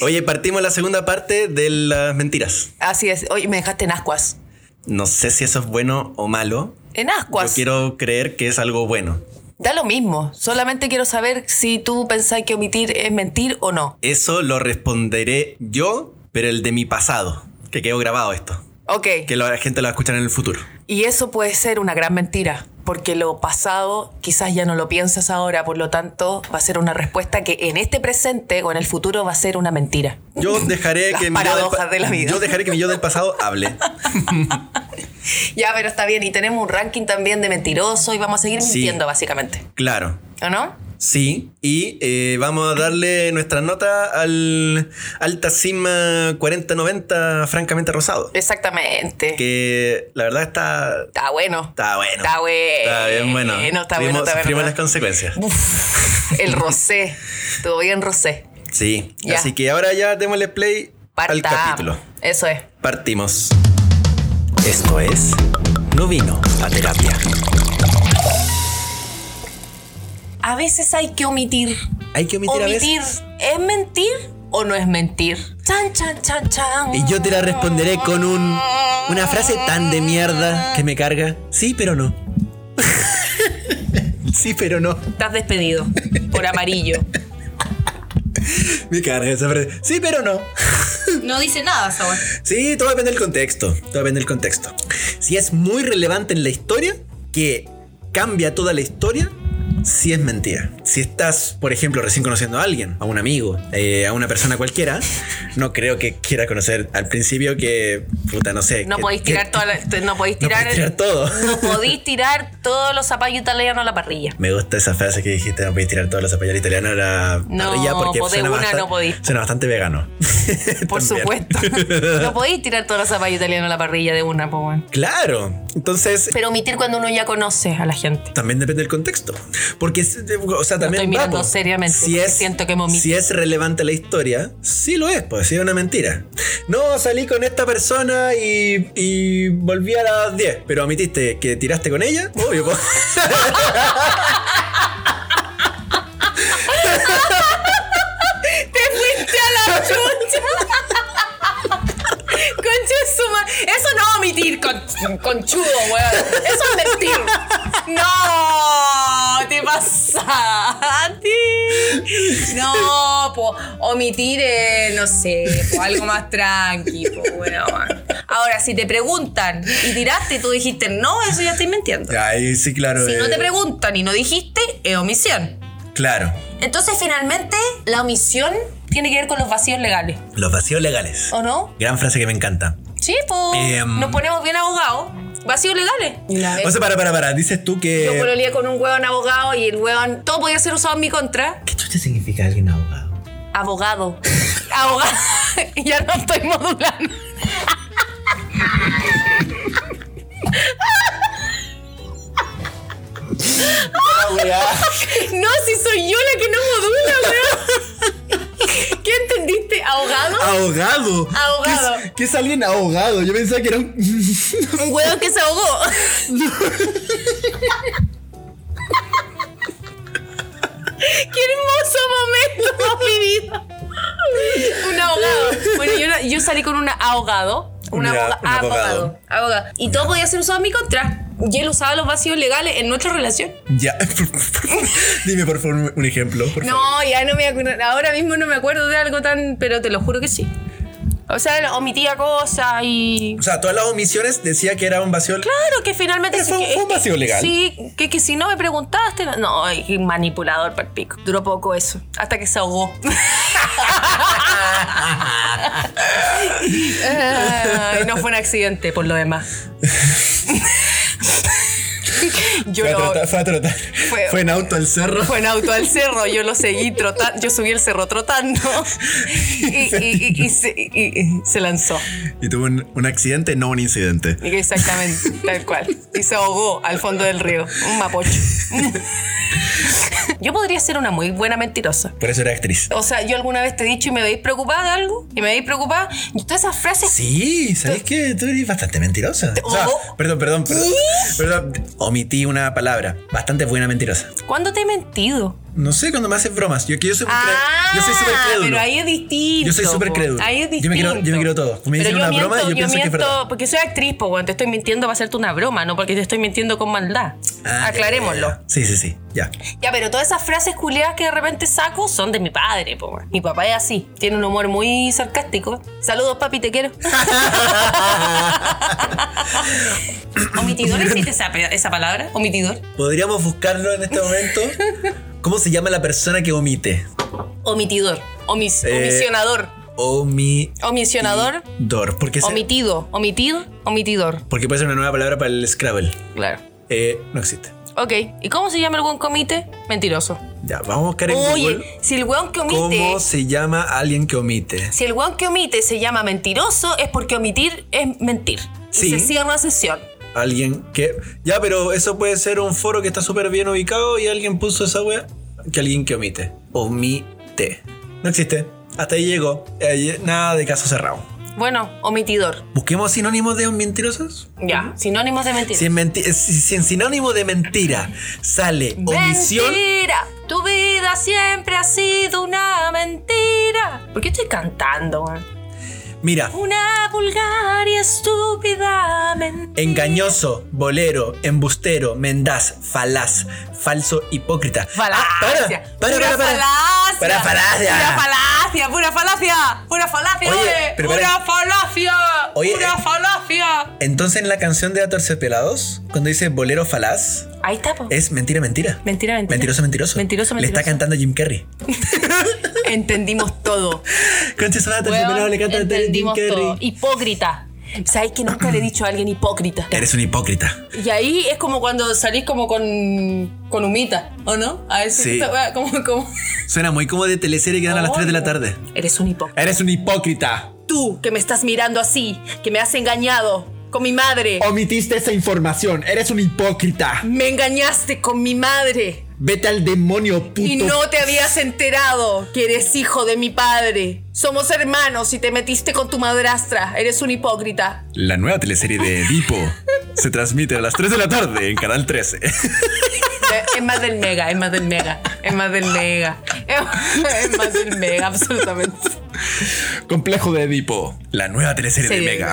Oye, partimos la segunda parte de las mentiras. Así es. Oye, me dejaste en ascuas. No sé si eso es bueno o malo. En ascuas. Yo quiero creer que es algo bueno. Da lo mismo. Solamente quiero saber si tú pensás que omitir es mentir o no. Eso lo responderé yo, pero el de mi pasado, que quedó grabado esto. Ok. Que la gente lo va a escuchar en el futuro. Y eso puede ser una gran mentira, porque lo pasado quizás ya no lo piensas ahora, por lo tanto va a ser una respuesta que en este presente o en el futuro va a ser una mentira. Yo dejaré Las que mi yo del paradojas pa- de la vida. Yo dejaré que mi yo del pasado hable. Ya, pero está bien. Y tenemos un ranking también de mentiroso y vamos a seguir Sí. mintiendo, básicamente. Claro. ¿O no? Sí, y eh, vamos a darle nuestra nota al Alta Cima 4090 Francamente Rosado. Exactamente. Que la verdad está, Está bueno. está bueno. Está bueno. Está bien bueno. Está Sufrimos- bueno, está sufrimos bueno. las consecuencias. Uf, el rosé. Estuvo bien rosé. Sí. Ya. Así que ahora ya démosle play al Partamos. capítulo. Eso es. Partimos. Esto es No vino a terapia. A veces hay que omitir. Hay que omitir, a veces. ¿Omitir es mentir o no es mentir? Chan, chan, chan, chan. Y yo te la responderé con un una frase tan de mierda que me carga. Sí, pero no. sí, pero no. Estás despedido por amarillo. Me carga esa frase. Sí, pero no. No dice nada, Saúl. Sí, todo depende del contexto. Todo depende del contexto. Si es muy relevante en la historia, que cambia toda la historia, si es mentira. Si estás, por ejemplo, recién conociendo a alguien, a un amigo, eh, a una persona cualquiera, no creo que quiera conocer al principio que, puta, no sé. No que- podéis que- tirar toda la- No podéis No tirar. podéis tirar todo. No podéis tirar todos los zapallos italianos a la parrilla. Me gusta esa frase que dijiste, no podéis tirar toda la zapallera italiana a la No, parrilla porque po, de suena, una bastante, no podí. suena bastante vegano. Por También. supuesto. No podéis tirar todos los zapallos italianos a la parrilla de una, po, weón. Claro. Entonces, Pero omitir cuando uno ya conoce a la gente. También depende del contexto. Porque, es- o sea, también. estoy va, mirando po. seriamente, Si porque es, siento que me omito. Si es relevante la historia, sí lo es, pues, si es una mentira. No, salí con esta persona y, y volví a las 10, pero omitiste que tiraste con ella, obvio, pues. po. ¡Te fuiste a la chucha! Concha de su ma- Eso no es omitir, con, conchudo, weón. Eso es mentir. No, te pasaste. No, po, omitir, eh, no sé, po, algo más tranqui, po, bueno, man. Ahora, si te preguntan y tiraste y tú dijiste no, eso ya estoy mintiendo. Ay, sí, claro. Si no eh, te preguntan y no dijiste, es omisión. Claro, Entonces, finalmente, la omisión tiene que ver con los vacíos legales, los vacíos legales. Oh. ¿o no? Gran frase que me encanta. Sí, po, Em. nos ponemos bien abogados. Vacíos legales. Eh. O eh, sea, para, para, para. Dices tú que. Yo pololeé con un hueón abogado y el hueón, todo podía ser usado en mi contra. ¿Qué chucha significa alguien abogado? Abogado. Abogado. ya no estoy modulando. No, si soy yo la que no modula, weón. ¿Qué entendiste? ¿Abogado? Ahogado. Ahogado. ¿Qué es, qué es alguien ahogado? Yo pensaba que era un. Un hueón que se ahogó. ¡Qué hermoso momento de mi vida! Un ahogado. Bueno, yo, no- yo salí con un ahogado. Un, Ya, aboga- un abogado. abogado. Abogado. Y todo podía ser usado en mi contra. Y él usaba los vacíos legales en nuestra relación. Ya. Dime por favor un ejemplo. por favor. No, ya no me acuerdo. Ahora mismo no me acuerdo de algo tan. Pero te lo juro que sí. O sea, omitía cosas y. O sea, todas las omisiones decía que era un vacío. Claro que finalmente. Pero fue un- que- fue un vacío legal. Sí, que, que si no me preguntaste. No, no, ay, manipulador para pico. Duró poco eso. Hasta que se ahogó. Ay, no fue un accidente por lo demás. Yo Fue a lo- trotar. Fue, a trotar. Fue- Fue en auto al cerro. fue en auto al cerro, yo lo seguí trotando, yo subí el cerro trotando y, y- y- y se, y- y se lanzó. Y tuvo un, un accidente, no un incidente. Exactamente, tal cual. Y se ahogó al fondo del río. Un mapocho. Yo podría ser una muy buena mentirosa. Por eso era actriz. O sea, yo alguna vez te he dicho y me veis preocupada de algo y me veis preocupada. Y todas esas frases. Sí, ¿sabes qué? Tú eres bastante mentirosa. O sea, Oh. perdón, perdón, perdón, perdón. Omití una palabra. Bastante buena mentirosa. ¿Cuándo te he mentido? No sé, cuando me haces bromas. Yo, que yo soy muy cre- Ah, yo soy súper crédulo. pero ahí es distinto. Yo soy súper po. crédulo. Ahí es Yo me distinto. creo- yo me creo todo. Me Pero dicen yo una miento, broma y yo yo, pienso que es miento verdad. porque soy actriz, po, weón. Te estoy mintiendo para hacerte una broma, no porque te estoy mintiendo con maldad. Ah, Aclarémoslo. ya, ya, ya. Sí, sí, sí. Ya. Ya, pero todas esas frases culiadas que de repente saco son de mi padre, po. weón. Mi papá es así, tiene un humor muy sarcástico. Saludos, papi, te quiero. ¿Omitidor existe esa, pe- esa palabra? ¿Omitidor? Podríamos buscarlo en este momento. ¿Cómo se llama la persona que omite? Omitidor. Omis- Eh, omisionador. Omi. Omisionador. Dor. Porque, se- Omitido. Omitido. Omitidor. porque puede ser una nueva palabra para el Scrabble. Claro. Eh, no existe. Ok. ¿Y cómo se llama el buen comite? Mentiroso. Ya, vamos a buscar en Google Oye, si el weón que omite. cómo se llama alguien que omite. Si el weón que omite se llama mentiroso, es porque omitir es mentir. Sí. Y se cierra sesión. Alguien que. Ya, pero eso puede ser un foro que está súper bien ubicado y alguien puso esa wea que alguien que omite. Omite. No existe. Hasta ahí llegó. Eh, nada de caso cerrado. Bueno, omitidor. Busquemos sinónimos de mentirosos. Ya. Sinónimos de mentir. Si en, menti- eh, si- si en sinónimo de mentira sale omisión. Mentira. Tu vida siempre ha sido una mentira. ¿Por qué estoy cantando, weón? Mira, Uh. Una vulgar y estúpida mentira. engañoso, bolero, embustero, mendaz, falaz, falso, hipócrita. Falacia. Ah, para, para, para, pura para. falacia. Para falacia. Pura falacia, pura falacia. Pura falacia, Oye, oye. pero pura espera. falacia. Oye, pura eh. falacia. Entonces en la canción de Aterciopelados, cuando dice bolero falaz, Ahí está, po. es mentira, mentira. Mentira, mentira. Mentiroso, mentiroso. Mentiroso, Le está mentiroso. cantando Jim Carrey. Entendimos todo. Concha, son Aterciopelados, Weón, le canta a Jim entendimos Carrey. todo. Hipócrita. ¿Sabes que nunca le he dicho a alguien hipócrita? Eres un hipócrita. Y ahí es como cuando salís como con, con humita, ¿o no? A veces Sí. esa weá, como, como... Suena muy como de teleserie que dan a las 3 de la tarde. Eres un hipócrita. Eres un hipócrita. Tú, que me estás mirando así, que me has engañado con mi madre. Oh. Omitiste esa información. Eres un hipócrita. Me engañaste con mi madre. Vete al demonio, puto. Y no te habías enterado que eres hijo de mi padre. Somos hermanos y te metiste con tu madrastra. Eres un hipócrita. La nueva teleserie de Edipo se transmite a las 3 de la tarde en Canal 13. Eh, Es más del mega, es más del mega, es más del mega. Es más del mega, absolutamente. Complejo de Edipo. La nueva teleserie Sí. de Mega.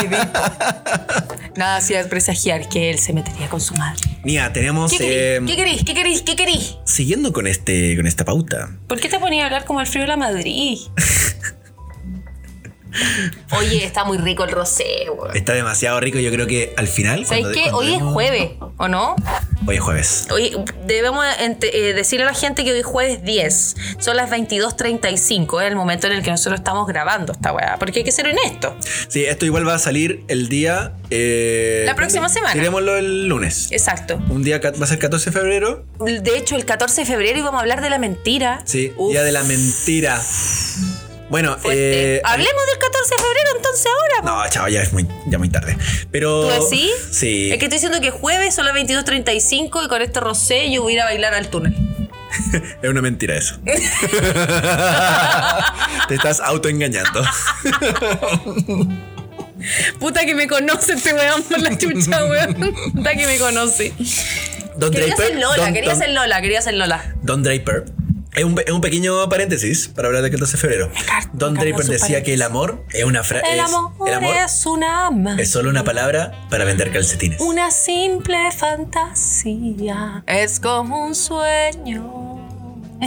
Edipo. Nada hacía presagiar que él se metería con su madre. Nia, tenemos. ¿Qué eh, querís? ¿Qué querís? ¿Qué querís? ¿Qué querís? Siguiendo con, este, con esta pauta. ¿Por qué te ponía a hablar como Alfredo la Madrid? Oye, está muy rico el rosé, güey. Está demasiado rico, yo creo que al final. ¿Sabes cuando- qué? cuando Hoy es demos- jueves, ¿o no? Hoy es jueves. Hoy debemos ente- eh, decirle a la gente que hoy es jueves 10. Son las 22.35, es el momento en el que nosotros estamos grabando esta weá. Porque hay que ser honesto. Sí, esto igual va a salir el día. eh, La próxima semana. Diremoslo el lunes. Exacto. Un día cat- va a ser 14 de febrero. De hecho, el 14 de febrero íbamos a hablar de la mentira. Sí, Uf, Día de la Mentira. Bueno, fuerte. eh, Ah. Hablemos del 14 de febrero entonces ahora. po. No, chao, ya es muy, ya muy tarde. Pero. ¿Tú así? Sí. Es que estoy diciendo que jueves son las 22.35 y con este rosé yo voy a ir a bailar al túnel. Es una mentira eso. Te estás autoengañando. Puta que me conoce este weón por la chucha, weón. Puta que me conoce. Don Quería Draper. ser Lola, Don- quería Don- ser Lola, quería ser Lola. Don Draper. Es un, es un pequeño paréntesis para hablar del 14 de febrero. encanta, Don me encantan Draper sus decía que el amor es una frase. El amor, el amor es una ama. es solo una palabra para vender calcetines. Una simple fantasía. Es como un sueño.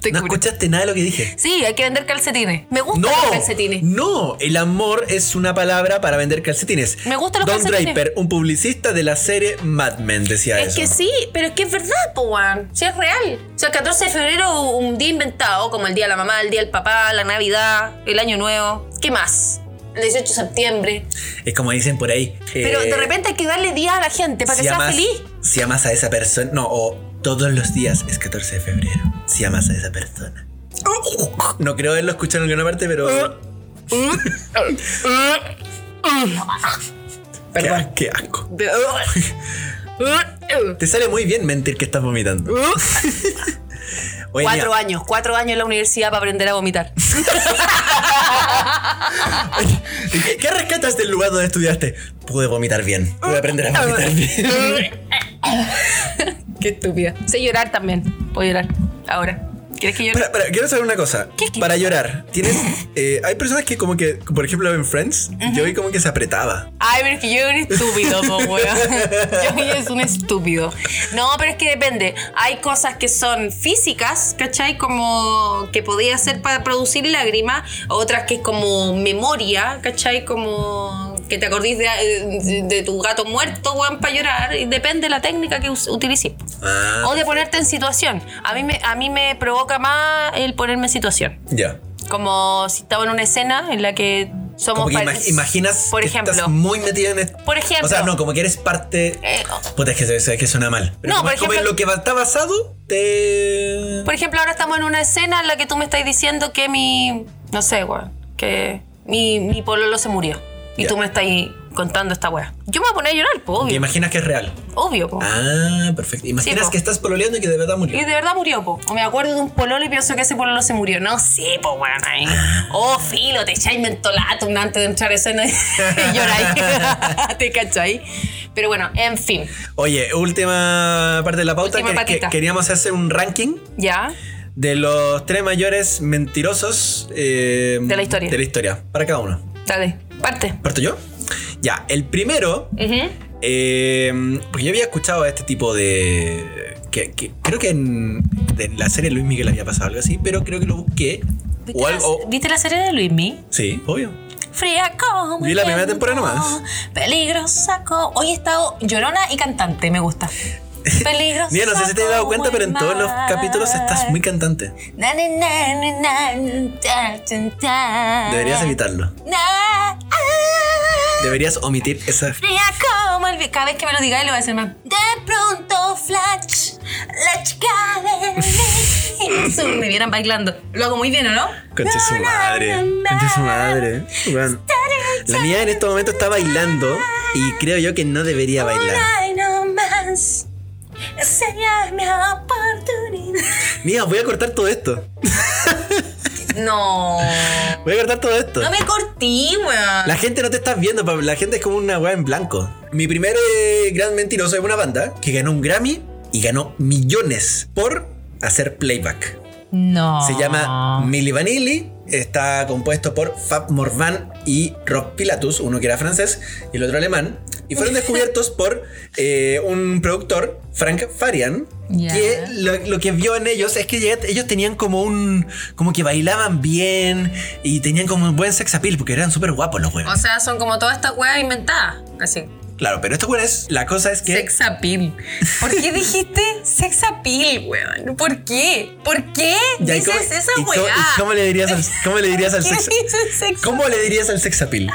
Te No cubrí. escuchaste nada de lo que dije. Sí, hay que vender calcetines. Me gustan No, los calcetines. no, el amor es una palabra para vender calcetines. Me gustan los Don calcetines. Draper, un publicista de la serie Mad Men, decía Es eso. que sí, pero es que es verdad, Powan. Sí, es real. O sea, el 14 de febrero, un día inventado, como el día de la mamá, el día del papá, la Navidad, el Año Nuevo. ¿Qué más? El 18 de septiembre. Es como dicen por ahí. Pero eh, de repente hay que darle días a la gente para que si sea amas- feliz. Si amas a esa persona, no, o todos los días es 14 de febrero. Si amas a esa persona. No creo haberlo escuchado en alguna parte, pero. Ah, Qué, Perdón. a- qué asco. Te sale muy bien mentir que estás vomitando. Oye, Cuatro Nia, años, cuatro años en la universidad para aprender a vomitar. ¿qué, qué rescatas del lugar Ah. donde estudiaste? Pude vomitar bien. Pude aprender a vomitar bien. Qué estúpida. Sé llorar también. Puedo llorar. Ahora. ¿Quieres que llore? Espera, espera, quiero saber una cosa. ¿Qué, qué? Para llorar, tienes. eh, hay personas que, como que, por ejemplo, en Friends, yo vi como que se apretaba. Ay, pero es que yo era un estúpido, po, weón. Joey es un estúpido. No, pero es que depende. Hay cosas que son físicas, ¿cachai? Como que podía hacer para producir lágrimas. Otras que es como memoria, ¿cachai? Como que te acordís de, de tu gato muerto, weón, para llorar. Y depende de la técnica que us- utilices. Ah, O de ponerte en situación. A mí, me, a mí me provoca más el ponerme en situación. ya. Como si estaba en una escena en la que somos... Como que pare- ima- imaginas Por que ejemplo. estás muy metida en esto. Por ejemplo. O sea, no, como que eres parte. Eh, Puta, es que, se- se- que suena mal. Pero No, como, por como ejemplo- en lo que va- está basado, te. Por ejemplo, ahora estamos en una escena en la que tú me estás diciendo que mi. No sé, weón. Que mi, mi pololo se murió. Y Ya. tú me estás ahí contando esta weá. Yo me voy a poner a llorar, po, Que obvio. imaginas que es real. Obvio, po. Ah, perfecto. Imaginas po. que estás pololeando y que de verdad Y murió. de verdad murió, po. O me acuerdo de un pololo y pienso que ese pololo se murió. No sé, po, weón. ahí. Ah. Oh, filo, te echáis mentolatum antes de entrar a escena y lloráis. te cachai. Pero bueno, en fin. Oye, última parte de la pauta. Última que- que- patita. queríamos hacer un ranking Ya. de los tres mayores mentirosos eh, De la historia. De la historia, para cada uno. Dale. Parte. ¿Parto yo? Ya, el primero, Ujú. eh, porque yo había escuchado a este tipo de... Que, que- creo que en, en la serie Luis Miguel había pasado algo así, pero creo que lo busqué. ¿Viste, O la- algo... ¿Viste la serie de Luismi? Sí, obvio. Fría como. Vi la el primera viento, temporada nomás. Peligrosa como. Hoy he estado llorona y cantante, me gusta. Peligrosa. Mira, no sé si te has dado cuenta, pero en todos los capítulos estás muy cantante. Deberías Deberías evitarlo. Deberías omitir esa... ah. Fría como el viento. Cada vez que me lo diga, le voy a decir más. De pronto, Flash, la chica de mí. Su- Me vieran bailando. Lo hago muy bien, ¿o no? Concha su madre. Concha su madre. Bueno, la mía en este momento está bailando y creo yo que no debería bailar. Ay, no más. Sería mi oportunidad. Mira, voy a cortar todo esto. No. Voy a cortar todo esto. No me cortí, weón. La gente no te está viendo, Pablo. la gente es como una weá en blanco. Mi primer eh, gran mentiroso es una banda que ganó un Grammy y ganó millones por hacer playback. No. Ah. Se llama Milli Vanilli. Está compuesto por Fab Morvan y Rob Pilatus, uno que era francés y el otro alemán. Y fueron descubiertos por eh, un productor, Frank Farian, Ya. que lo, lo que vio en ellos es que ya- ellos tenían como un. como que bailaban bien y tenían como un buen sex appeal porque eran súper guapos los O huevos. sea, son como todas estas weas inventadas. Así. Claro, pero estos huevos, la cosa es que. Sex appeal. ¿Por qué dijiste sex appeal, weón? ¿Por qué? ¿Por qué Ya, ¿y dices cómo- esa y cómo- weá? y ¿Cómo le dirías al, cómo le dirías al ¿Qué sex dices sex ¿Cómo le dirías al sex appeal?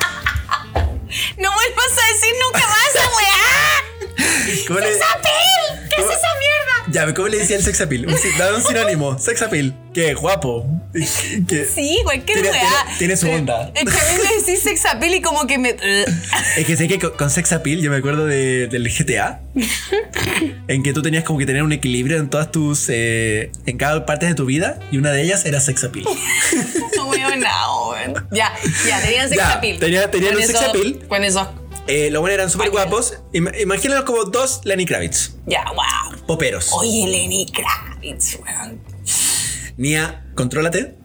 No vuelvas a decir nunca más esa weá. ¿Cómo le- ¡Sex appeal! ¿Qué ¿Cómo- es esa mierda? Ya, ¿cómo le decía el sex appeal? Un, si- dame un sinónimo. Sex appeal. Qué guapo. Que- Sí, cualquier Tiene- weá. Eh, tiene- tiene su onda. Es que a mí me decís sex appeal y como que me. Es que sé que con, con sex appeal yo me acuerdo de- del GTA. en que tú tenías como que tener un equilibrio en todas tus. eh, en cada parte de tu vida. Y una de ellas era sex appeal. Weonao, weón. Ya, ya, tenían sex Ya, appeal. tenía- tenían Con un sex eso- appeal. Con eso. Eh, los buenos eran súper guapos. Im- imagínalos como dos Lenny Kravitz. Ya, wow. Poperos. Oye, Lenny Kravitz, weón. Nia, contrólate.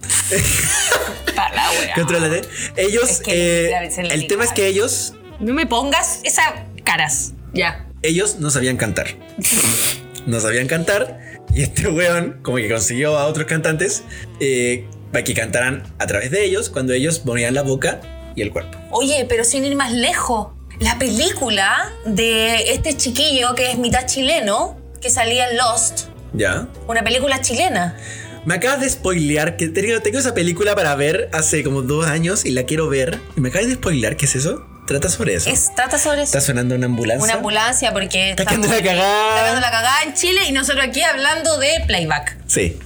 Para la weá. Contrólate. Ellos. Es que eh, Lenny Kravitz es Lenny el tema es que Kravitz. ellos. No me pongas esas caras. Ya. ellos no sabían cantar. No sabían cantar. Y este weón, como que consiguió a otros cantantes eh, para que cantaran a través de ellos cuando ellos ponían la boca y el cuerpo. Oye, pero sin ir más lejos, la película de este chiquillo que es mitad chileno, que salía en Lost, Ya. una película chilena. Me acabas de spoilear que tengo, tengo esa película para ver hace como dos años y la quiero ver. Y me acabas de spoilear. ¿Qué es eso? Trata sobre eso. Es, trata sobre eso. Está sonando una ambulancia. Una ambulancia porque Está estamos quedando la dando cagada. la cagada en Chile y nosotros aquí hablando de playback. Sí.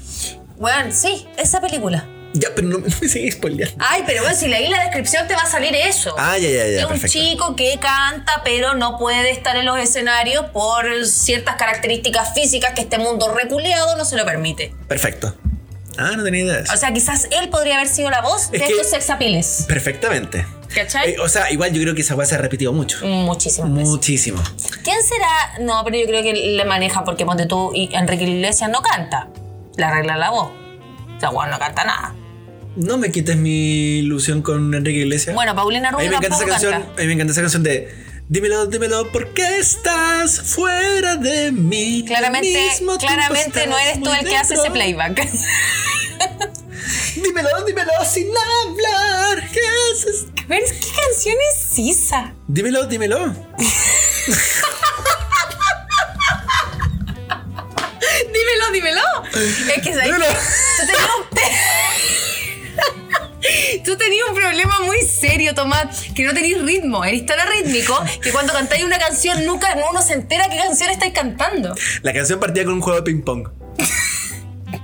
Bueno, sí, esa película. Ya, pero no, no me sigue spoileando. Ay, pero bueno, si leí la descripción te va a salir eso. Ah, ya, ya, Es ya. un Perfecto. chico que canta, pero no puede estar en los escenarios por ciertas características físicas que este mundo reculeado no se lo permite. Perfecto. Ah, no tenía idea. de eso. O sea, quizás él podría haber sido la voz de Es que- estos sexapiles. Perfectamente. ¿Cachai? Eh, o sea, igual yo creo que esa weá se ha repetido mucho. Muchísimas Mm. veces. Muchísimo. ¿Quién será? No, pero yo creo que le maneja porque ponte tú y Enrique Iglesias no canta. Le arregla la voz. O sea, weón, no canta nada. No me quites mi ilusión con Enrique Iglesias. Bueno, Paulina a mí Rubio me encanta tampoco esa canción. canta. A mí me encanta esa canción de. Dímelo, dímelo, ¿por qué estás fuera de mí? Claramente, Al mismo tiempo claramente no estás eres tú muy el que hace ese dentro. playback. Dímelo, dímelo sin hablar. ¿Qué haces? Pero es que canción es Sisa. Dímelo, dímelo. Dímelo, dímelo. Es que ¿sabes Dímelo. qué? Tú tenías un pe- Tú tenías un problema muy serio, Tomás, que no tenías ritmo, eres tan arrítmico que cuando cantáis una canción nunca uno se entera qué canción estáis cantando. La canción partía con un juego de ping-pong.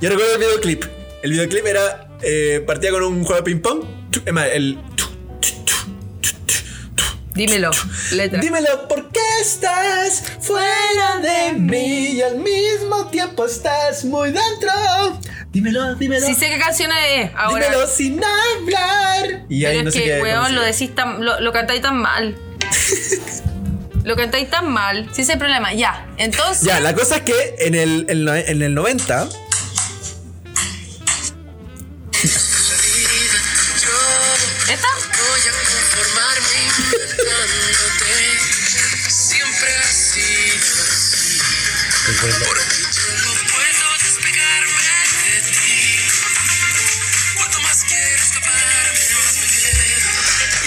Yo recuerdo el videoclip. El videoclip era. eh, partía con un juego de ping-pong. Tu- Es más, el. tu- Dímelo, letra. Dímelo, ¿por qué estás fuera de mí y al mismo tiempo estás muy dentro? Dímelo, dímelo. Si sé qué canción es, ahora. dímelo sin hablar. Y Pero ahí es no sé que, qué. cómo weón, se lo llama. decís tan, lo, lo cantáis tan mal. lo cantáis tan mal. Sí, ese es el problema. Ya. Entonces. Ya, la cosa es que en el, en la- en el 90. ¿Esta? Voy a conformarme inventándote Siempre así Porque yo no puedo despegarme de ti Cuanto más quiero escaparme más me quedo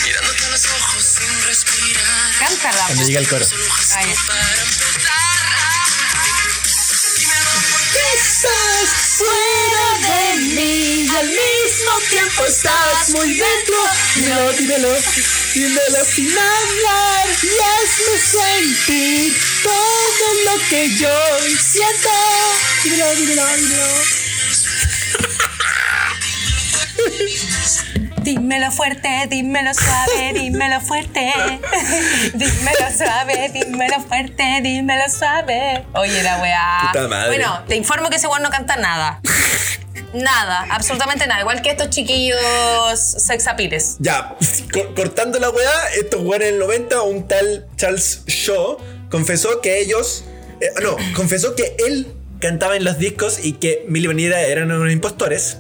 Mirándote a los ojos sin respirar Cántala. Cuando llega el coro. Solo un gesto Ay. para empezar Dímelo por qué Estás fuera de mí al mismo tiempo estás muy dentro. Dímelo, dímelo, dímelo sin hablar y hazme sentir todo lo que yo siento. Dímelo, dímelo, dímelo. Dímelo fuerte, dímelo suave, dímelo fuerte. dímelo suave, dímelo fuerte, dímelo suave. Oye, la weá. Puta madre. Bueno, te informo que ese weón no canta nada. nada, absolutamente nada. Igual que estos chiquillos sexapires. Ya, co- cortando la weá, estos weones en el 90, un tal Charles Shaw confesó que ellos. eh, no, confesó que él cantaba en los discos y que Milly Vanilla eran unos impostores.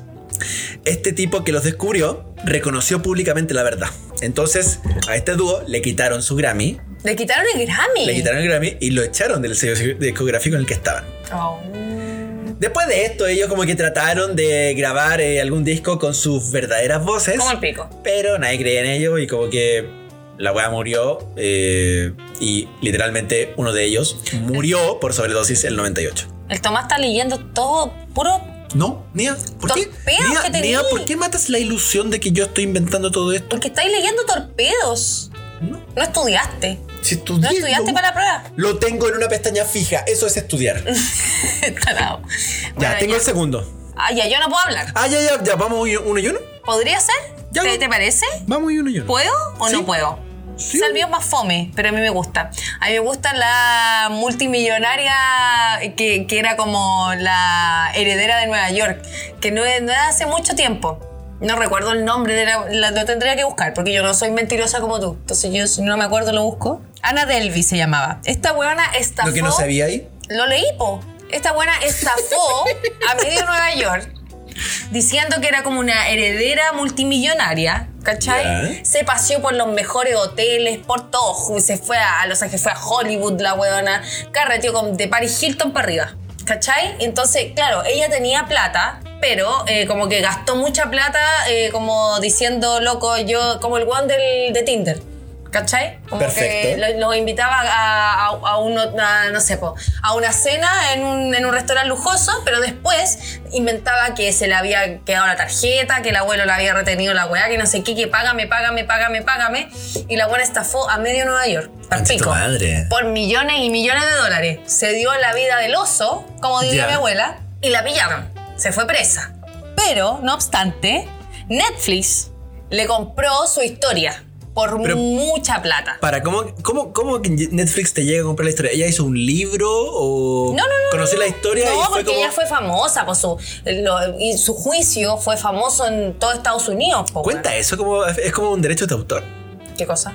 Este tipo que los descubrió reconoció públicamente la verdad. Entonces, a este dúo le quitaron su Grammy, Le quitaron el Grammy. le quitaron el Grammy y lo echaron del sello discográfico en el que estaban. Oh. Después de esto, ellos como que trataron de grabar eh, algún disco con sus verdaderas voces. Como el pico. Pero nadie creía en ellos y como que la weá murió eh, y literalmente uno de ellos murió por sobredosis el 98. El Tomás está leyendo todo puro. No, Nia, ¿por Los qué? peos Nia, que tení. Nia, ¿por qué matas la ilusión de que yo estoy inventando todo esto? Porque estáis leyendo torpedos. No. No estudiaste. Si No estudié, estudiaste lo, para la prueba. lo tengo en una pestaña fija, eso es estudiar. Tarado. Bueno, ya, tengo ya. el segundo. Ah, ya, yo no puedo hablar. Ah, ya, ya, ya, vamos uno y uno. ¿Podría ser? Ya. ¿Te, te parece? Vamos uno y uno. ¿Puedo o Sí. no puedo? Sí. O sea, el mío es más fome, pero a mí me gusta. A mí me gusta la multimillonaria que, que era como la heredera de Nueva York, que no es, no es hace mucho tiempo. No recuerdo el nombre, de la, la- lo tendría que buscar, porque yo no soy mentirosa como tú. Entonces yo si no me acuerdo lo busco. Ana Delvey se llamaba. Esta huevona estafó... Lo que no sabía ahí. Lo leí, po. Esta buena estafó a medio Nueva York diciendo que era como una heredera multimillonaria, ¿cachai? Ya. Se paseó por los mejores hoteles, por todo. ju- Se fue a a Los Ángeles, fue a Hollywood, la weona. Carreteó con, de Paris Hilton para arriba, ¿cachai? Entonces, claro, ella tenía plata. Pero eh, como que gastó mucha plata eh, como diciendo, loco, yo como el one del, de Tinder. ¿Cachai? Como que Perfecto. lo- los invitaba a, a, a uno, a, no sé, po, a una cena en un, en un restaurante lujoso, pero después inventaba que se le había quedado la tarjeta, que el abuelo le había retenido la weá, que no sé qué, que págame, págame, págame, págame. Y la buena estafó a medio Nueva York. Al Concha tu pico. madre. Por millones y millones de dólares. Se dio la vida del oso, como diría Ya. mi abuela, y la pillaron. Se fue presa. Pero, no obstante, Netflix le compró su historia por Pero- mucha plata. Para, ¿cómo, cómo, ¿cómo que Netflix te llega a comprar la historia? ¿Ella hizo un libro o No, no, no. conoció no, la no. historia No, y fue porque como... ella fue famosa, por su, lo- y su juicio fue famoso en todo Estados Unidos. po, Cuenta eso, como, es como un derecho de autor. weón. ¿Qué cosa?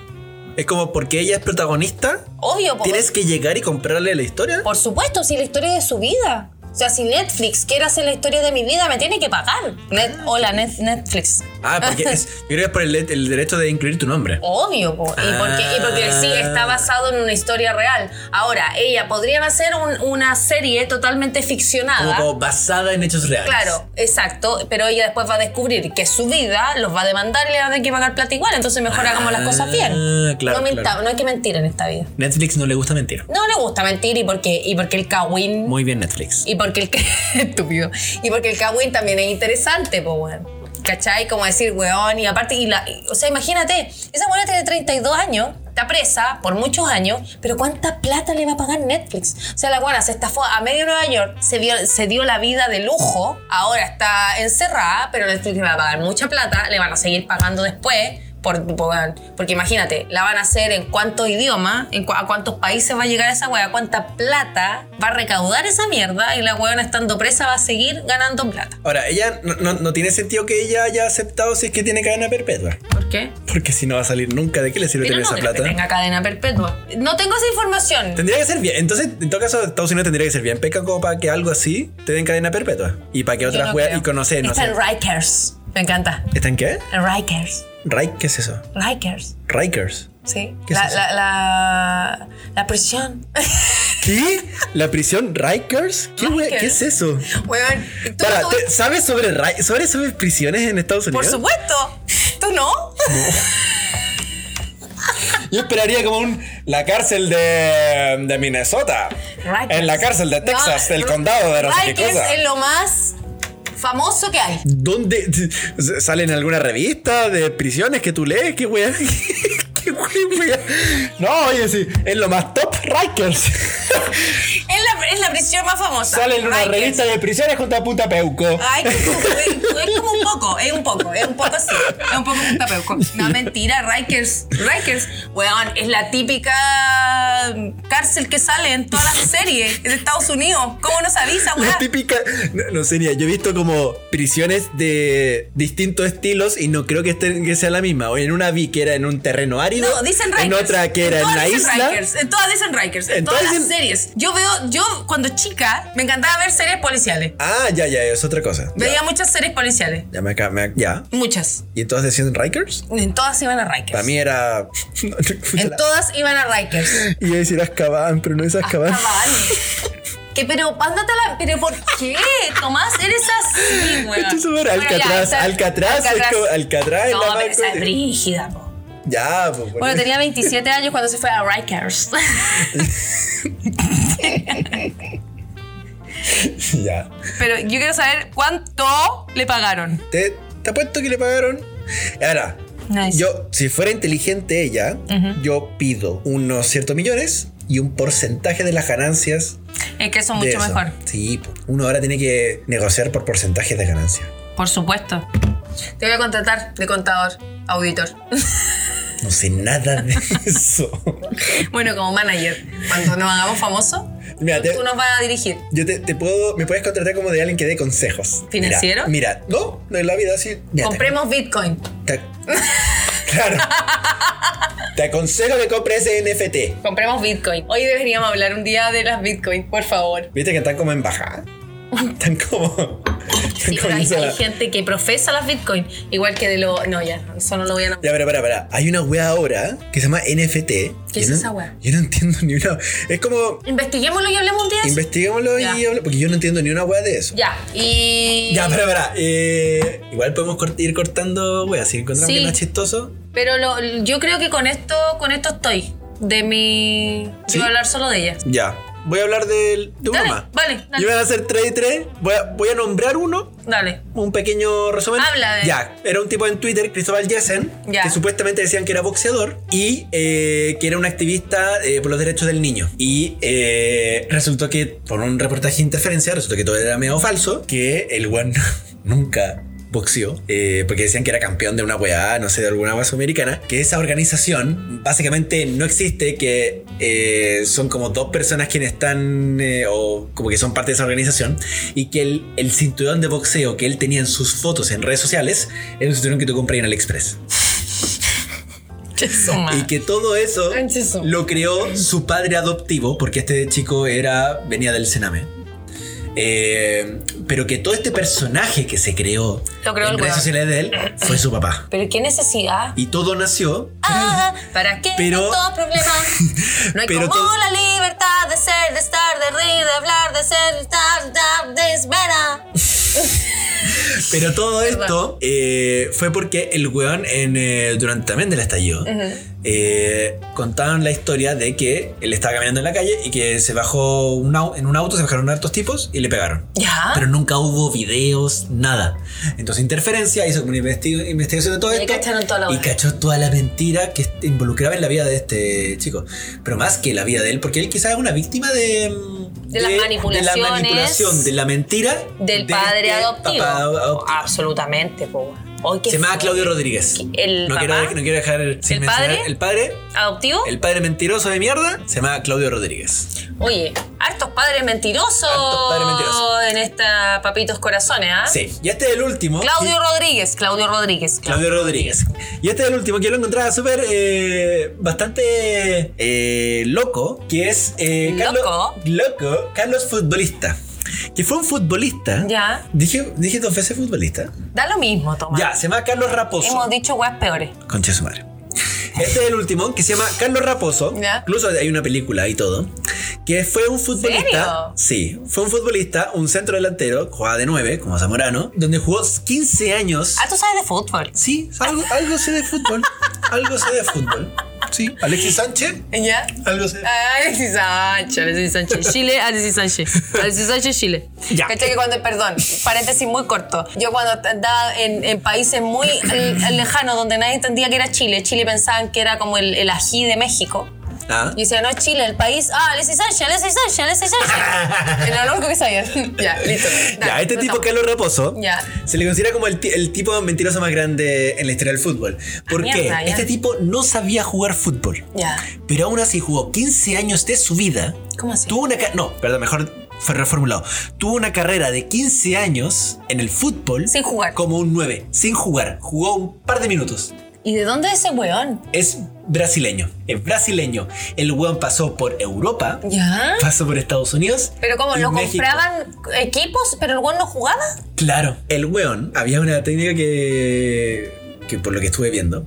Es como porque ella es protagonista, Obvio, po. tienes que llegar y comprarle la historia. por supuesto, si la historia de su vida. O sea, si Netflix quiere hacer la historia de mi vida, me tiene que pagar. Net- hola, Net- Netflix. Ah, porque es, yo creo que es por el, el derecho de incluir tu nombre. Obvio, po. Y porque, y porque sí, Ah. está basado en una historia real. Ahora, ella podrían hacer un- una serie totalmente Como, ficcionada. como basada en hechos reales. Claro, exacto, pero ella después va a descubrir que su vida los va a demandar y le va a tener que pagar plata igual, entonces mejor hagamos las cosas bien. Ah, claro, no, mintamos, claro. no hay que mentir en esta vida. Netflix no le gusta mentir. No le gusta mentir y porque, y porque el Kawin... Muy bien, Netflix. Y porque el... Estúpido. Y porque el Kawin también es interesante, pues bueno. ¿Cachai? Como decir, weón, y aparte, y la, y- o sea, imagínate, esa buena tiene 32 años, está presa por muchos años, pero ¿cuánta plata le va a pagar Netflix? O sea, la buena se estafó a medio Nueva York, se, vio, se dio la vida de lujo, ahora está encerrada, pero Netflix le va a pagar mucha plata, le van a seguir pagando después, por, por- porque imagínate, la van a hacer en cuántos idiomas, en cu- a cuántos países va a llegar esa weá, cuánta plata va a recaudar esa mierda y la weona estando presa va a seguir ganando plata. Ahora, ella no, no- no tiene sentido que ella haya aceptado si es que tiene cadena perpetua. ¿Por qué? Porque si no va a salir nunca, ¿de qué le sirve Pero tener no esa creo que plata? tenga cadena perpetua. No tengo esa información. Tendría que ser bien. Entonces, en todo caso, Estados Unidos tendría que ser bien peca como para que algo así te den cadena perpetua. Y para que Yo otras no weas creo. y conocer, no Está sé. en Rikers. Me encanta. ¿Están qué? En Rikers. Rike, ¿qué es eso? Rikers. Rikers. Sí. ¿Qué es La, eso? la, la, la prisión. ¿Qué? ¿La prisión Rikers? ¿Qué, wea- Rikers. ¿Qué es eso? Weón, ¿tú no Para, tuviste- ¿te- ¿sabes sobre, Ri- sobre, sobre prisiones en Estados Por Unidos? supuesto. ¿Tú no? Yo esperaría como un. La cárcel de. de Minnesota. Rikers. En la cárcel de Texas, del condado de no sé qué Rikers cosa. es lo más famoso que hay. ¿Dónde s- sale en alguna revista de prisiones que tú lees? ¿Qué weá? ¿Qué weá? No, oye, sí, es lo más top Rikers. Es la, es la prisión más famosa. Sale en una Rikers. revista de prisiones junto a Punta Peuco. Ay, que como- es, es como un poco, es un poco, es un poco así. Es un poco tapeuco. No, mentira, Rikers. Rikers, weón, es la típica cárcel que sale en todas las series de Estados Unidos. ¿Cómo nos avisa, weón? La típica. No, no sé, ni yo he visto como prisiones de distintos estilos y no creo que, estén, que sea la misma. O en una vi que era en un terreno árido. No, dicen Rikers. En otra que era en, todas la dicen isla. Rikers, en todas dicen Rikers. En, En todas, todas las dicen- series. Yo veo, yo cuando chica me encantaba ver series policiales. Ah, ya, ya, es otra cosa. Ya, Veía muchas series policiales. ya me acá, me- ya. Muchas. ¿Y entonces decían Rikers? En todas iban a Rikers. Para mí era. en todas iban a Rikers. Iba a decir Azkaban, pero no Ah, es Azkaban. Cabal. Que pero, ándate a la. ¿Pero por qué? Tomás, eres así, weón. Concha su madre, Bueno, ya, Alcatraz, esa- Alcatraz, es como- Alcatraz es No, la pero más- esa es brígida, po. Ya, pues. Bueno, tenía 27 años cuando se fue a Rikers. Ya. Pero yo quiero saber cuánto le pagaron. Te, te apuesto que le pagaron. Ahora, Nice. yo, si fuera inteligente ella, yo pido unos ciertos millones y un porcentaje de las ganancias. Es que eso es de mucho eso. mejor. Sí, pues, uno ahora tiene que negociar por porcentajes de ganancia. Por supuesto. Te voy a contratar de contador, auditor. No sé nada de eso. Bueno, como manager. Cuando nos hagamos famosos, Mira, te- tú nos vas a dirigir. Yo te, te puedo, me puedes contratar como de alguien que dé consejos. ¿Financiero? Mira, mira, no, no en la vida sí. Mira, te- Compremos Bitcoin. te- claro. Te aconsejo que compres ese NFT. Compremos Bitcoin. Hoy deberíamos hablar un día de las Bitcoin, por favor. Viste que están como en bajada. Están como. Están Sí, pero hay, esa- hay gente que profesa las Bitcoin, igual que de lo. No, ya, eso no lo voy a nombrar. Ya, espera, espera, espera. Hay una wea ahora que se llama NFT. ¿Qué Yo es no- esa wea? Yo no entiendo ni una. Es como. Investiguémoslo y hablemos un día de eso. Investiguémoslo y Ah, Ya. habla- Porque yo no entiendo ni una wea de eso. Ya, y. Ya, espera, espera. Eh, igual podemos cort- ir cortando wea. Si encontramos Sí. que no es chistoso. Pero lo- yo creo que con esto, con esto estoy. De mi. yo Sí. voy a hablar solo de ella. Ya. Voy a hablar del- de, un Dale, mamá. vale, dale. Yo voy a hacer 3 y 3. Voy a, voy a nombrar uno, Dale. un pequeño resumen. Habla de- Ya. Era un tipo en Twitter, Cristóbal Jessen, Ya. que supuestamente decían que era boxeador y eh, que era un activista eh, por los derechos del niño. Y eh, resultó que, por un reportaje de interferencia, resultó que todo era medio falso, que el one nunca boxeó, eh, porque decían que era campeón de una weá, no sé, de alguna weá sudamericana, que esa organización básicamente no existe, que eh, son como dos personas quienes están eh, o como que son parte de esa organización, y que el, el cinturón de boxeo que él tenía en sus fotos en redes sociales era un cinturón que tú compras en AliExpress. Y que todo eso Conche su madre. lo creó su padre adoptivo, porque este chico era venía del Sename. Eh, pero que todo este personaje que se creó Lo creó en el redes weón. sociales de él fue su papá. Pero qué necesidad. Y todo nació Ah, ¿Para qué Pero- tanto problema? No hay pero como todo- la libertad de ser, de estar, de reír, de hablar, de ser, dar, dar, de espera. Pero todo esto eh, fue porque el weón en, eh, durante también del estallido eh, contaban la historia de que él estaba caminando en la calle y que se bajó un au- en un auto, se bajaron hartos tipos y le pegaron. Ah. Ya. Pero nunca hubo videos, nada. Entonces interferencia, hizo como una investi- investigación de todo Y esto. cacharon toda la y wea. cachó toda la mentira que est- involucraba en la vida de este chico. Pero más que la vida de él, porque él quizás es una víctima de... mm, De las De la manipulaciones. manipulación, de la mentira. Del de padre este adoptivo. papá adoptivo. Absolutamente, po. Hoy que Se llamaba fue- Claudio Rodríguez. ¿El no, papá? quiero, no quiero dejar sin ¿El mencionar- padre? El padre, ¿Adoptivo? el padre mentiroso de mierda, se llama Claudio Rodríguez. Oye, hartos padres mentirosos Hartos padres mentirosos. en esta Papitos Corazones, ¿ah? Sí, y este es el último. Claudio que- Rodríguez, Claudio Rodríguez. Claudio Rodríguez. Y este es el último que yo lo encontraba súper eh, bastante eh, loco, que es eh, Carlos, Loco. loco, Carlos Futbolista. Que fue un futbolista. Ya. Dije, dije dos veces futbolista. Da lo mismo, Tomás. Ya, se llama Carlos Raposo. Hemos dicho weas peores. Concha de su madre. Este es el último, que se llama Carlos Raposo. Ya. Incluso hay una película y todo. Que fue un futbolista. serio? Sí, fue un futbolista, un centro delantero, jugaba de 9, como Zamorano, donde jugó 15 años. Ah, tú sabes de fútbol. Sí, algo, algo sé de fútbol. algo sé de fútbol. Sí, Alexis Sánchez, Ya. algo sé. Ah, Alexis Sánchez, Alexis Sánchez, Chile, Alexis Sánchez, Alexis Sánchez, Chile. Ya. ¿Cachai que cuando, perdón, paréntesis muy corto. Yo cuando andaba en, en países muy l- lejanos donde nadie entendía que era Chile, Chile pensaban que era como el, el ají de México. Ah, Y decía, no es Chile, el país. Ah, Alexis Sánchez, Alexis Sánchez, Alexis Sánchez. Era lo único que sabían. ya, listo. ya, Dale, este nos tipo, vamos. Carlos Raposo, Ya. se le considera como el, ti- el tipo mentiroso más grande en la historia del fútbol. ¿Por Ah, qué? mierda, ya. este tipo no sabía jugar fútbol. Ya. Pero aún así jugó 15 años de su vida. ¿Cómo así? Tuvo una ca- No, perdón, mejor fue reformulado. Tuvo una carrera de 15 años en el fútbol. Sin jugar. Como un 9, sin jugar. Jugó un par de minutos. ¿Y de dónde es ese weón? Es brasileño. Es brasileño. El weón pasó por Europa. Ya. Pasó por Estados Unidos. Pero como y lo México. compraban equipos, pero el weón no jugaba. Claro. El weón, había una técnica que, que por lo que estuve viendo,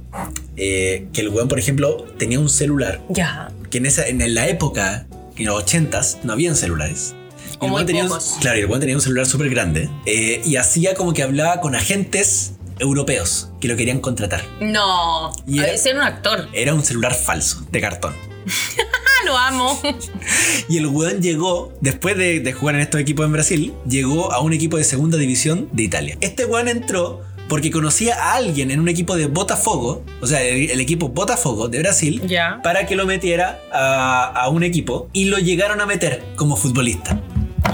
eh, que el weón, por ejemplo, tenía un celular, Ya. que en, esa, en la época, en los 80s, no habían celulares. Y O el muy weón tenía un- pocos. claro, y el weón tenía un celular súper grande eh, y hacía como que hablaba con agentes europeos que lo querían contratar. No. Y A Eh, era- Ese era un actor. Era un celular falso, de cartón. Ah, lo amo. Y el weón llegó, después de, de jugar en estos equipos en Brasil, llegó a un equipo de segunda división de Italia. Este weón entró porque conocía a alguien en un equipo de Botafogo, o sea, el, el equipo Botafogo de Brasil, Ya. para que lo metiera a, a un equipo y lo llegaron a meter como futbolista.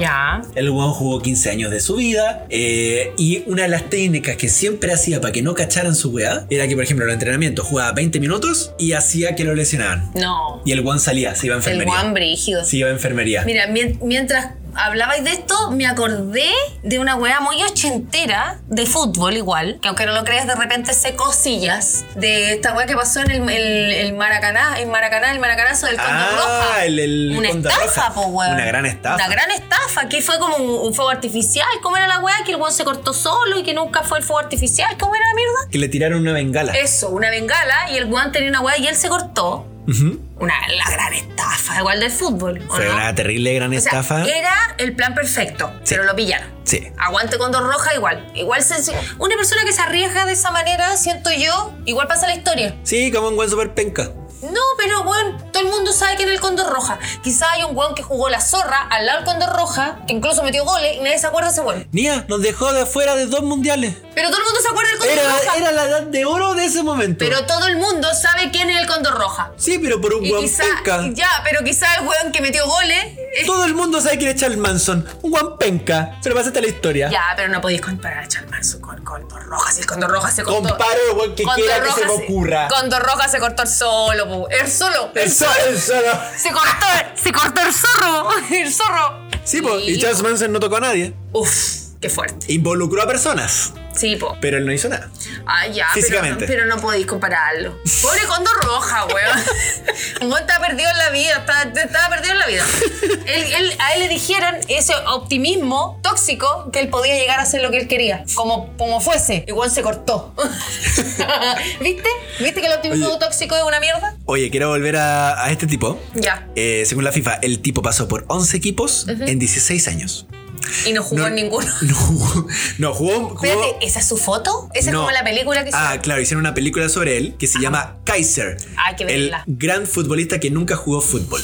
Ya. El weón jugó 15 años de su vida eh, y una de las técnicas que siempre hacía para que no cacharan su weá era que, por ejemplo, en el entrenamiento jugaba 20 minutos y hacía que lo lesionaran. No. Y el weón salía, se iba a El enfermería. Juan Brígido. Se iba a enfermería. Mira, mien- mientras hablabais de esto, me acordé de una weá muy ochentera de fútbol igual, que aunque no lo creas, de repente sé cosillas de esta weá que pasó en el, el, el Maracaná, el Maracaná, el Maracanazo del Condor Ah, Roja. el- el una Condor estafa, Roja. po, weón. Una gran estafa. Una gran estafa, que fue como un, un fuego artificial. ¿Cómo era la weá? Que el weón se cortó solo y que nunca fue el fuego artificial. ¿Cómo era la mierda? Que le tiraron una bengala. Eso, una bengala y el weón tenía una weá y él se cortó. Ujú. Una, la gran estafa, igual del fútbol. ¿o Fue no? una terrible gran O sea, eh. estafa. era el plan perfecto, pero lo pillaron. Sí. Aguante con dos roja igual. Igual se- una persona que se arriesga de esa manera, siento yo, igual pasa la historia. Sí, como un buen super penca. No, pero bueno, todo el mundo sabe que era el Condor Roja. Quizá hay un weón que jugó la zorra al lado del Condor Roja, que incluso metió goles y nadie se acuerda de ese weón. Nia nos dejó de afuera de dos mundiales. Pero todo el mundo se acuerda del Condor Roja. Era, era la edad de oro de ese momento. Pero todo el mundo sabe quién es el Condor Roja. sí, pero por un Y buen quizá, penca. ya, pero quizá el weón que metió goles. eh, Todo el mundo sabe quién es Charles Manson. Un buen penca. Se lo pasaste a la historia. Ya, pero no podéis comparar a Chalmanzo con Condor Roja. Si el Condor Roja se cortó. Comparo el buen que Condor quiera que Roja se me ocurra. Condor Roja se cortó el solo, po. El solo. El solo, el solo. Se cortó, se cortó el zorro. El zorro. Sí, pues. Y Charles Manson no tocó a nadie. Uf. Qué fuerte. Involucró a personas, Sí, po. pero él no hizo nada. Ah, ya. Físicamente. Pero, pero no podéis compararlo. Pobre Condor Roja, weón. No está perdido en la vida. Está, estaba perdido en la vida. Él- él- a él le dijeron ese optimismo tóxico que él podía llegar a hacer lo que él quería. Como, como fuese. Igual se cortó. ¿Viste? ¿Viste que el optimismo Oye. tóxico es una mierda? Oye, quiero volver a, a este tipo. Ya. Eh, según la FIFA, el tipo pasó por 11 equipos en 16 años. Y no jugó No- en ninguno. No jugó. No, jugó. jugó- Espérate, ¿esa es su foto? Esa no. es como la película que Ah, hicieron. claro, hicieron una película sobre él que se llama Kaiser. Hay que el verla. gran futbolista que nunca jugó fútbol.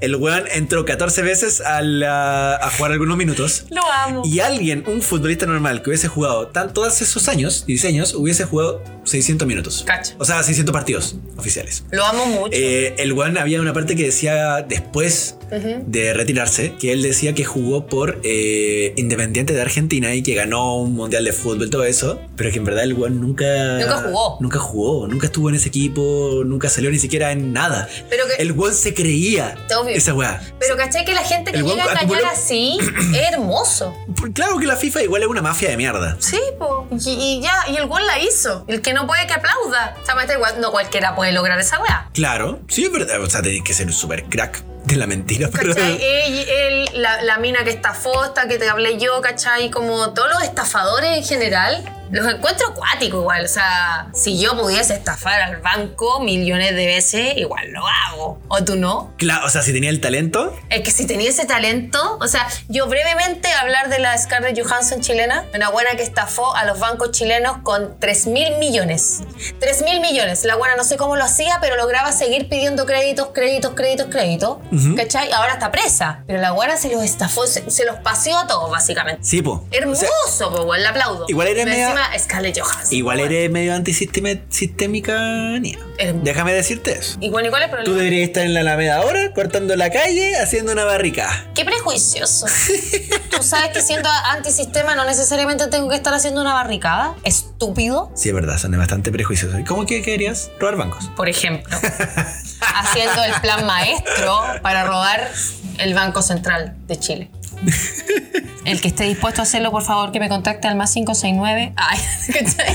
el weón entró 14 veces al, ah, a jugar algunos minutos. Lo amo. Y alguien, un futbolista normal que hubiese jugado tan, todos esos años, 16 años, hubiese jugado 600 minutos. Cacho. O sea, 600 partidos oficiales. Lo amo mucho. Eh, el One había una parte que decía después de retirarse, que él decía que jugó por eh, Independiente de Argentina y que ganó un mundial de fútbol, todo eso, pero que en verdad el One nunca... Nunca jugó. Nunca jugó, nunca estuvo en ese equipo, nunca salió ni siquiera en nada. Pero que- El One se creía Obvio. esa weá. Pero caché que la gente que El llega a guan- engañar acumuló- así es hermoso. Por- Claro que la FIFA igual es una mafia de mierda. Sí, po. Y, y ya, y el gol la hizo. El que no puede que aplauda. O sea, me da igual, no cualquiera puede lograr esa weá. Claro, sí es verdad, o sea, tenés que ser un super crack de la mentira, pero... ¿Cachai? Él- él, la, la mina que estafó, esta que te hablé yo, ¿cachai? Como todos los estafadores en general, los encuentro acuáticos igual. O sea, si yo pudiese estafar al banco millones de veces, igual lo hago. ¿O tú no? Claro, o sea, si tenía el talento, Es que si tenía ese talento, o sea, yo brevemente hablar de la Scarlett Johansson chilena, una buena que estafó a los bancos chilenos con 3 mil millones. 3 mil millones. La buena no sé cómo lo hacía, pero lograba seguir pidiendo créditos, créditos, créditos, créditos. ¿Cachai? Ahora está presa. Pero la buena se los estafó, se, se los paseó a todos, básicamente. sí, po. O Hermoso, sea, po, weón, le aplaudo. igual era Pero media- Encima, Scarlett Johansson. Igual po, weón. eres medio antisistémica, Nia. Herm- Déjame decirte eso. Igual, igual el Tú problema. deberías estar en la Alameda ahora, cortando la calle, haciendo una barricada. Qué prejuicioso. Tú sabes que siendo antisistema no necesariamente tengo que estar haciendo una barricada. Estúpido. Sí, es verdad, son bastante prejuiciosos. ¿Y ¿Cómo que querías? Robar bancos. Por ejemplo, haciendo el plan maestro para robar el Banco Central de Chile. El que esté dispuesto a hacerlo, por favor, que me contacte al más 569. Ay, ¿cachai?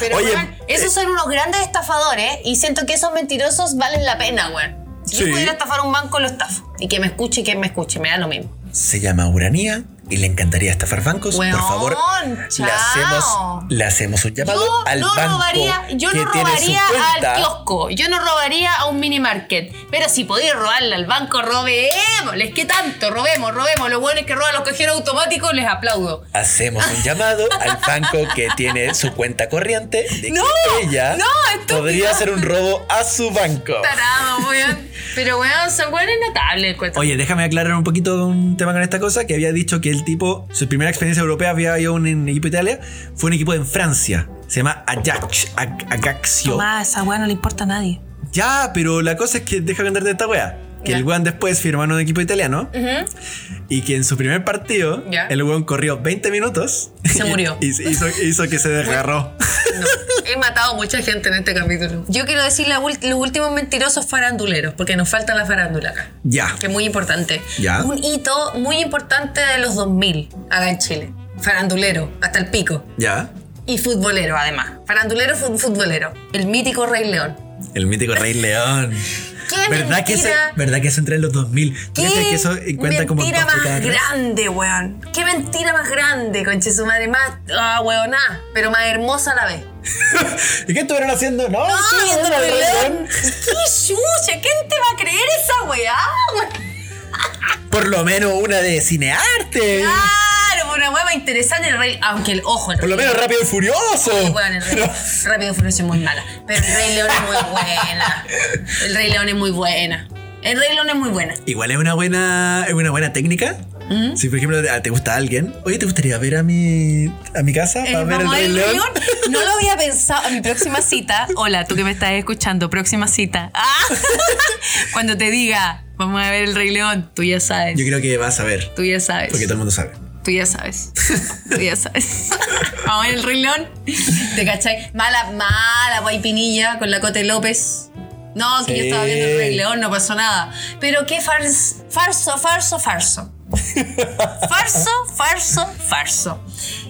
Pero, Oye, eh, weón, esos son unos grandes estafadores y siento que esos mentirosos valen la pena, weón. Si Sí. yo pudiera estafar un banco, lo estafo. Y que me escuche y que me escuche, me da lo mismo. Se llama Uranía y le encantaría estafar bancos. Weón, Por favor, chao. le hacemos, le hacemos un llamado Yo al no banco robaría, yo que no tiene su robaría cuenta. al kiosco, yo no robaría a un mini market, pero si podía robarle al banco, robemos, les que tanto, robemos, robemos, los buenos que roban los cajeros automáticos les aplaudo. Hacemos un llamado al banco que tiene su cuenta corriente de No, que ella no, estúpido. podría hacer un robo a su banco. Tarado, weón. Pero weón, son buenos notables, encuentro. Oye, déjame aclarar un poquito un tema con esta cosa, que había dicho que el tipo, su primera experiencia europea había ido a un equipo de Italia, fue un equipo en Francia, se llama Ajax, Ag- Ajaccio. esa weón no le importa a nadie. Ya, pero la cosa es que deja contarte esta wea. Que Ya. el weón después firmó en un equipo italiano y que en su primer partido Ya. el weón corrió 20 minutos. Se y- murió. Y, se hizo, hizo que se desgarró. He matado mucha gente en este capítulo. Yo quiero decir la ul- los últimos mentirosos faranduleros, porque nos falta la farándula acá. ya. que es muy importante. Ya. Un hito muy importante de los 2000 acá en Chile. Farandulero, hasta el pico. Ya. Y futbolero, además. Farandulero, fu- futbolero. El mítico Rey León. El mítico Rey León. ¡Qué ¿Verdad que, ese- mentira! ¿Verdad que eso entra en los 2000? ¿Tú ¡Qué crees que eso cuenta como mentira dos más décadas atrás? grande, weón! ¡Qué mentira más grande, conche su madre! Más, ah, weoná, pero más hermosa a la vez. ¿Y qué estuvieron haciendo? No, sí, ¡Ah, viendo la Rey televisión. León! ¡Qué chucha! ¿Quién te va a creer esa weá, weón? Por lo menos una de cinearte. Claro, una weá más interesante el Rey... Aunque el ojo, el Por lo Rey menos León- rápido y furioso. Bueno, el Rey, Rápido y Furioso es muy mala. Pero el Rey León es muy buena. El Rey León es muy buena. El Rey León es muy buena. Igual es una buena, es una buena técnica. Mm. Si por ejemplo te te gusta alguien, oye, ¿te gustaría ver a mi, a mi casa Eh, para ver el vamos a Rey ver León? No lo había pensado. A mi próxima cita. Hola, tú que me estás escuchando. Próxima cita. Ah, cuando te diga, vamos a ver el Rey León, tú ya sabes. Yo creo que vas a ver, Tú ya sabes. porque todo el mundo sabe. Tú ya sabes. Tú ya sabes. Vamos a ver el Rey León. ¿Te cachai? Mala, mala, guaypinilla con la Cote López. No, que yo Sí. estaba viendo el Rey León, no pasó nada. Pero qué farso, farso, farso, farso. Farso, farso, farso.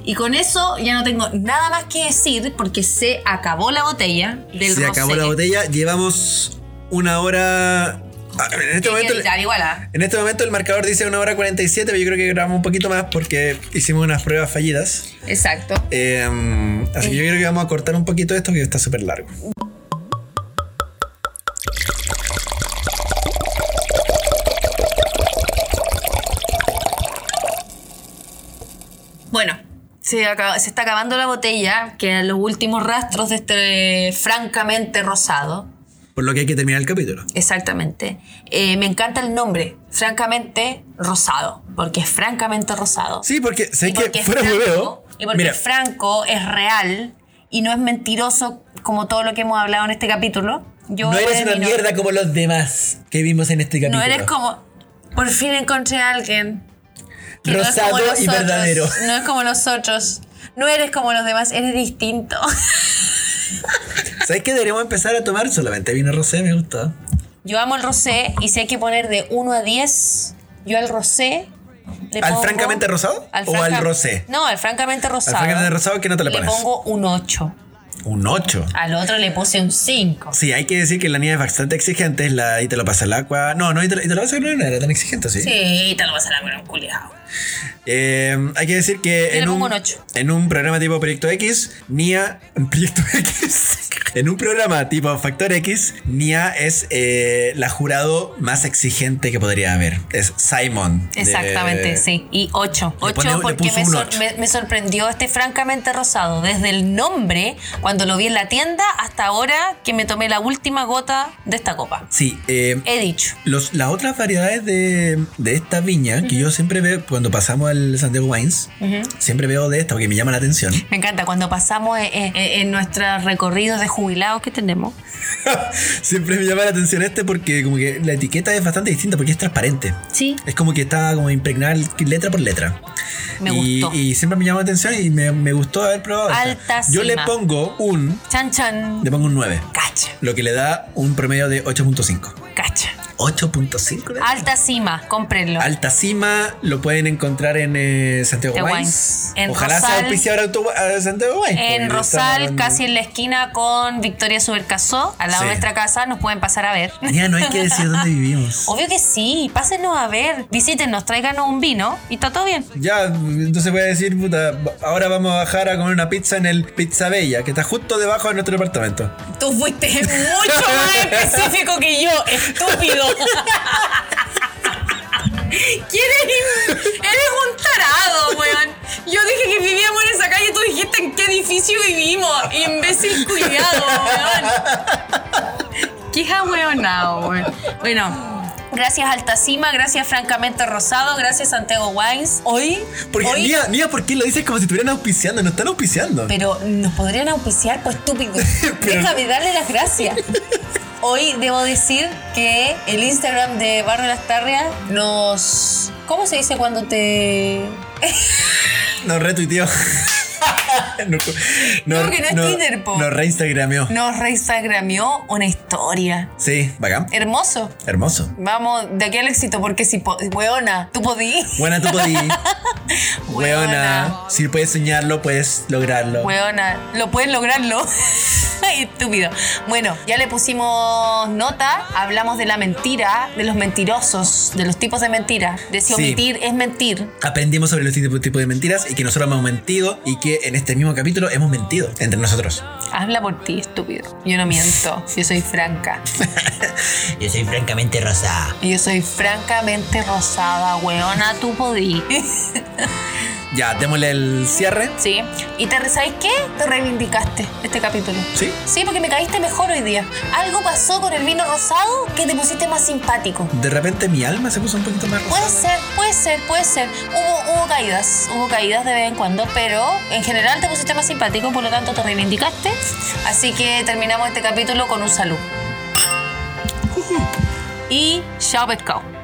Y con eso ya no tengo nada más que decir porque se acabó la botella del Se acabó rosé. la botella. Llevamos una hora. Ah, En este, Hay que momento, evitar igual, ¿ah? en este momento el marcador dice una hora 47, pero yo creo que grabamos un poquito más porque hicimos unas pruebas fallidas. Exacto. Eh, así que Eh. yo creo que vamos a cortar un poquito esto que está súper largo. Bueno, se, acaba- se está acabando la botella, quedan los últimos rastros de este francamente rosado. Por lo que hay que terminar el capítulo. Exactamente. Eh, me encanta el nombre, francamente rosado, porque es francamente rosado. Sí, porque sé Y porque que es fuera franco, hueveo. Y porque Mira, Franco es real y no es mentiroso como todo lo que hemos hablado en este capítulo. Yo no eres termino- una mierda como los demás que vimos en este capítulo. No eres como. Por fin encontré a alguien. que no es Rosado como los y otros, verdadero. No es como nosotros. No eres como los demás, eres distinto. ¿Sabes qué? Deberíamos empezar a tomar solamente vino rosé, me gusta. Yo amo el rosé y si hay que poner de 1 a 10, yo al rosé. le ¿Al pongo- francamente rosado? ¿O al franca- rosé? No, al francamente Al rosado. francamente rosado, ¿qué nota le le pones? pongo un 8. Un 8. Al otro le puse un 5. Sí, hay que decir que la niña es bastante exigente, es la y te lo pasa el agua. No, no, y te lo, pasa el agua no era tan exigente, sí. Sí, te lo vas a la con un culiao. Eh, hay que decir que le en pongo un, un ocho. en un programa tipo Proyecto X, Nia. en Proyecto X. En un programa tipo Factor X, Nia es eh, la jurado más exigente que podría haber. Es Simon. de- Exactamente, sí. Y 8. Le pone- 8 le porque puso me, un sor- ocho. me- me sorprendió este francamente rosado. Desde el nombre, cuando lo vi en la tienda, hasta ahora que me tomé la última gota de esta copa. Sí, eh, He dicho. Los- las otras variedades de, de esta viña que yo siempre veo cuando pasamos al Santiago Wines, siempre veo de esta porque me llama la atención. Me encanta, cuando pasamos eh, eh, eh, en nuestros recorridos de jubilados que tenemos. siempre me llama la atención este porque como que la etiqueta es bastante distinta porque es transparente. Sí, Es como que está como impregnada letra por letra. me y, gustó. y siempre me llama la atención y me, me gustó haber probado. esta. Alta Yo le cima. pongo un, Chan, chan. le pongo un 9, Cacha, lo que le da un promedio de 8.5. cacha. 8.5. ¿no? Alta cima, cómprenlo. Alta Cima lo pueden encontrar en eh, Santiago The Wines. Wines. En Ojalá sea Rosal. auspiciador auto- a Santiago Wines. porque le En Rosal, estamos- casi en la esquina con Victoria Supercasó, al lado Sí. de nuestra casa, nos pueden pasar a ver. Ya no hay que decir dónde vivimos. Obvio que sí, pásenos a ver, visítenos, tráiganos un vino y está todo bien. Ya, entonces voy a decir, puta, ahora vamos a bajar a comer una pizza en el Pizza Bella, que está justo debajo de nuestro departamento. Tú fuiste mucho más específico que yo, estúpido. ¿Quieres ir? Eres un tarado, weón. Yo dije que vivíamos en esa calle y tú dijiste en qué edificio vivimos. Imbécil cuidado, weón. Qué weonado, weón. Bueno. Gracias Altacima, gracias Francamente Rosado, gracias Santiago Wines. Hoy, Porque, hoy mira, mira, ¿por qué lo dices como si estuvieran auspiciando? No están auspiciando. pero nos podrían auspiciar, pues estúpido. Déjame darle las gracias. Hoy debo decir que el Instagram de Barrio Las Tarrias nos. ¿Cómo se dice cuando te.? Nos retuiteó. no, No, que no es Tinder, po. Nos reinstagrameó. Nos reinstagramió una historia. Sí, bacán. Hermoso. Hermoso. Vamos, de aquí al éxito, porque si. po- Weona, tú podí. Buena tú podí. Weona. Weona. Si puedes soñarlo, puedes lograrlo. Weona, lo pueden lograrlo. Estúpido. Bueno, ya le pusimos nota, hablamos de la mentira, de los mentirosos, de los tipos de mentiras, de si Sí. omitir es mentir. Aprendimos sobre los tipos tipos de mentiras y que nosotros hemos mentido y que en este mismo capítulo hemos mentido entre nosotros. Habla por ti, estúpido. Yo no miento, yo soy franca. Yo soy francamente rosa. Yo soy francamente rosada, weona, tú podí. Ya, démosle el cierre. Sí. Y te, ¿sabes qué? Te reivindicaste este capítulo. Sí. Sí, porque me caíste mejor hoy día. Algo pasó con el vino rosado que te pusiste más simpático. De repente mi alma se puso un poquito más rosa. Puede ser, puede ser, puede ser. Hubo, hubo caídas, hubo caídas de vez en cuando, pero en general te pusiste más simpático, por lo tanto te reivindicaste. Así que terminamos este capítulo con un saludo. Y chao pescado.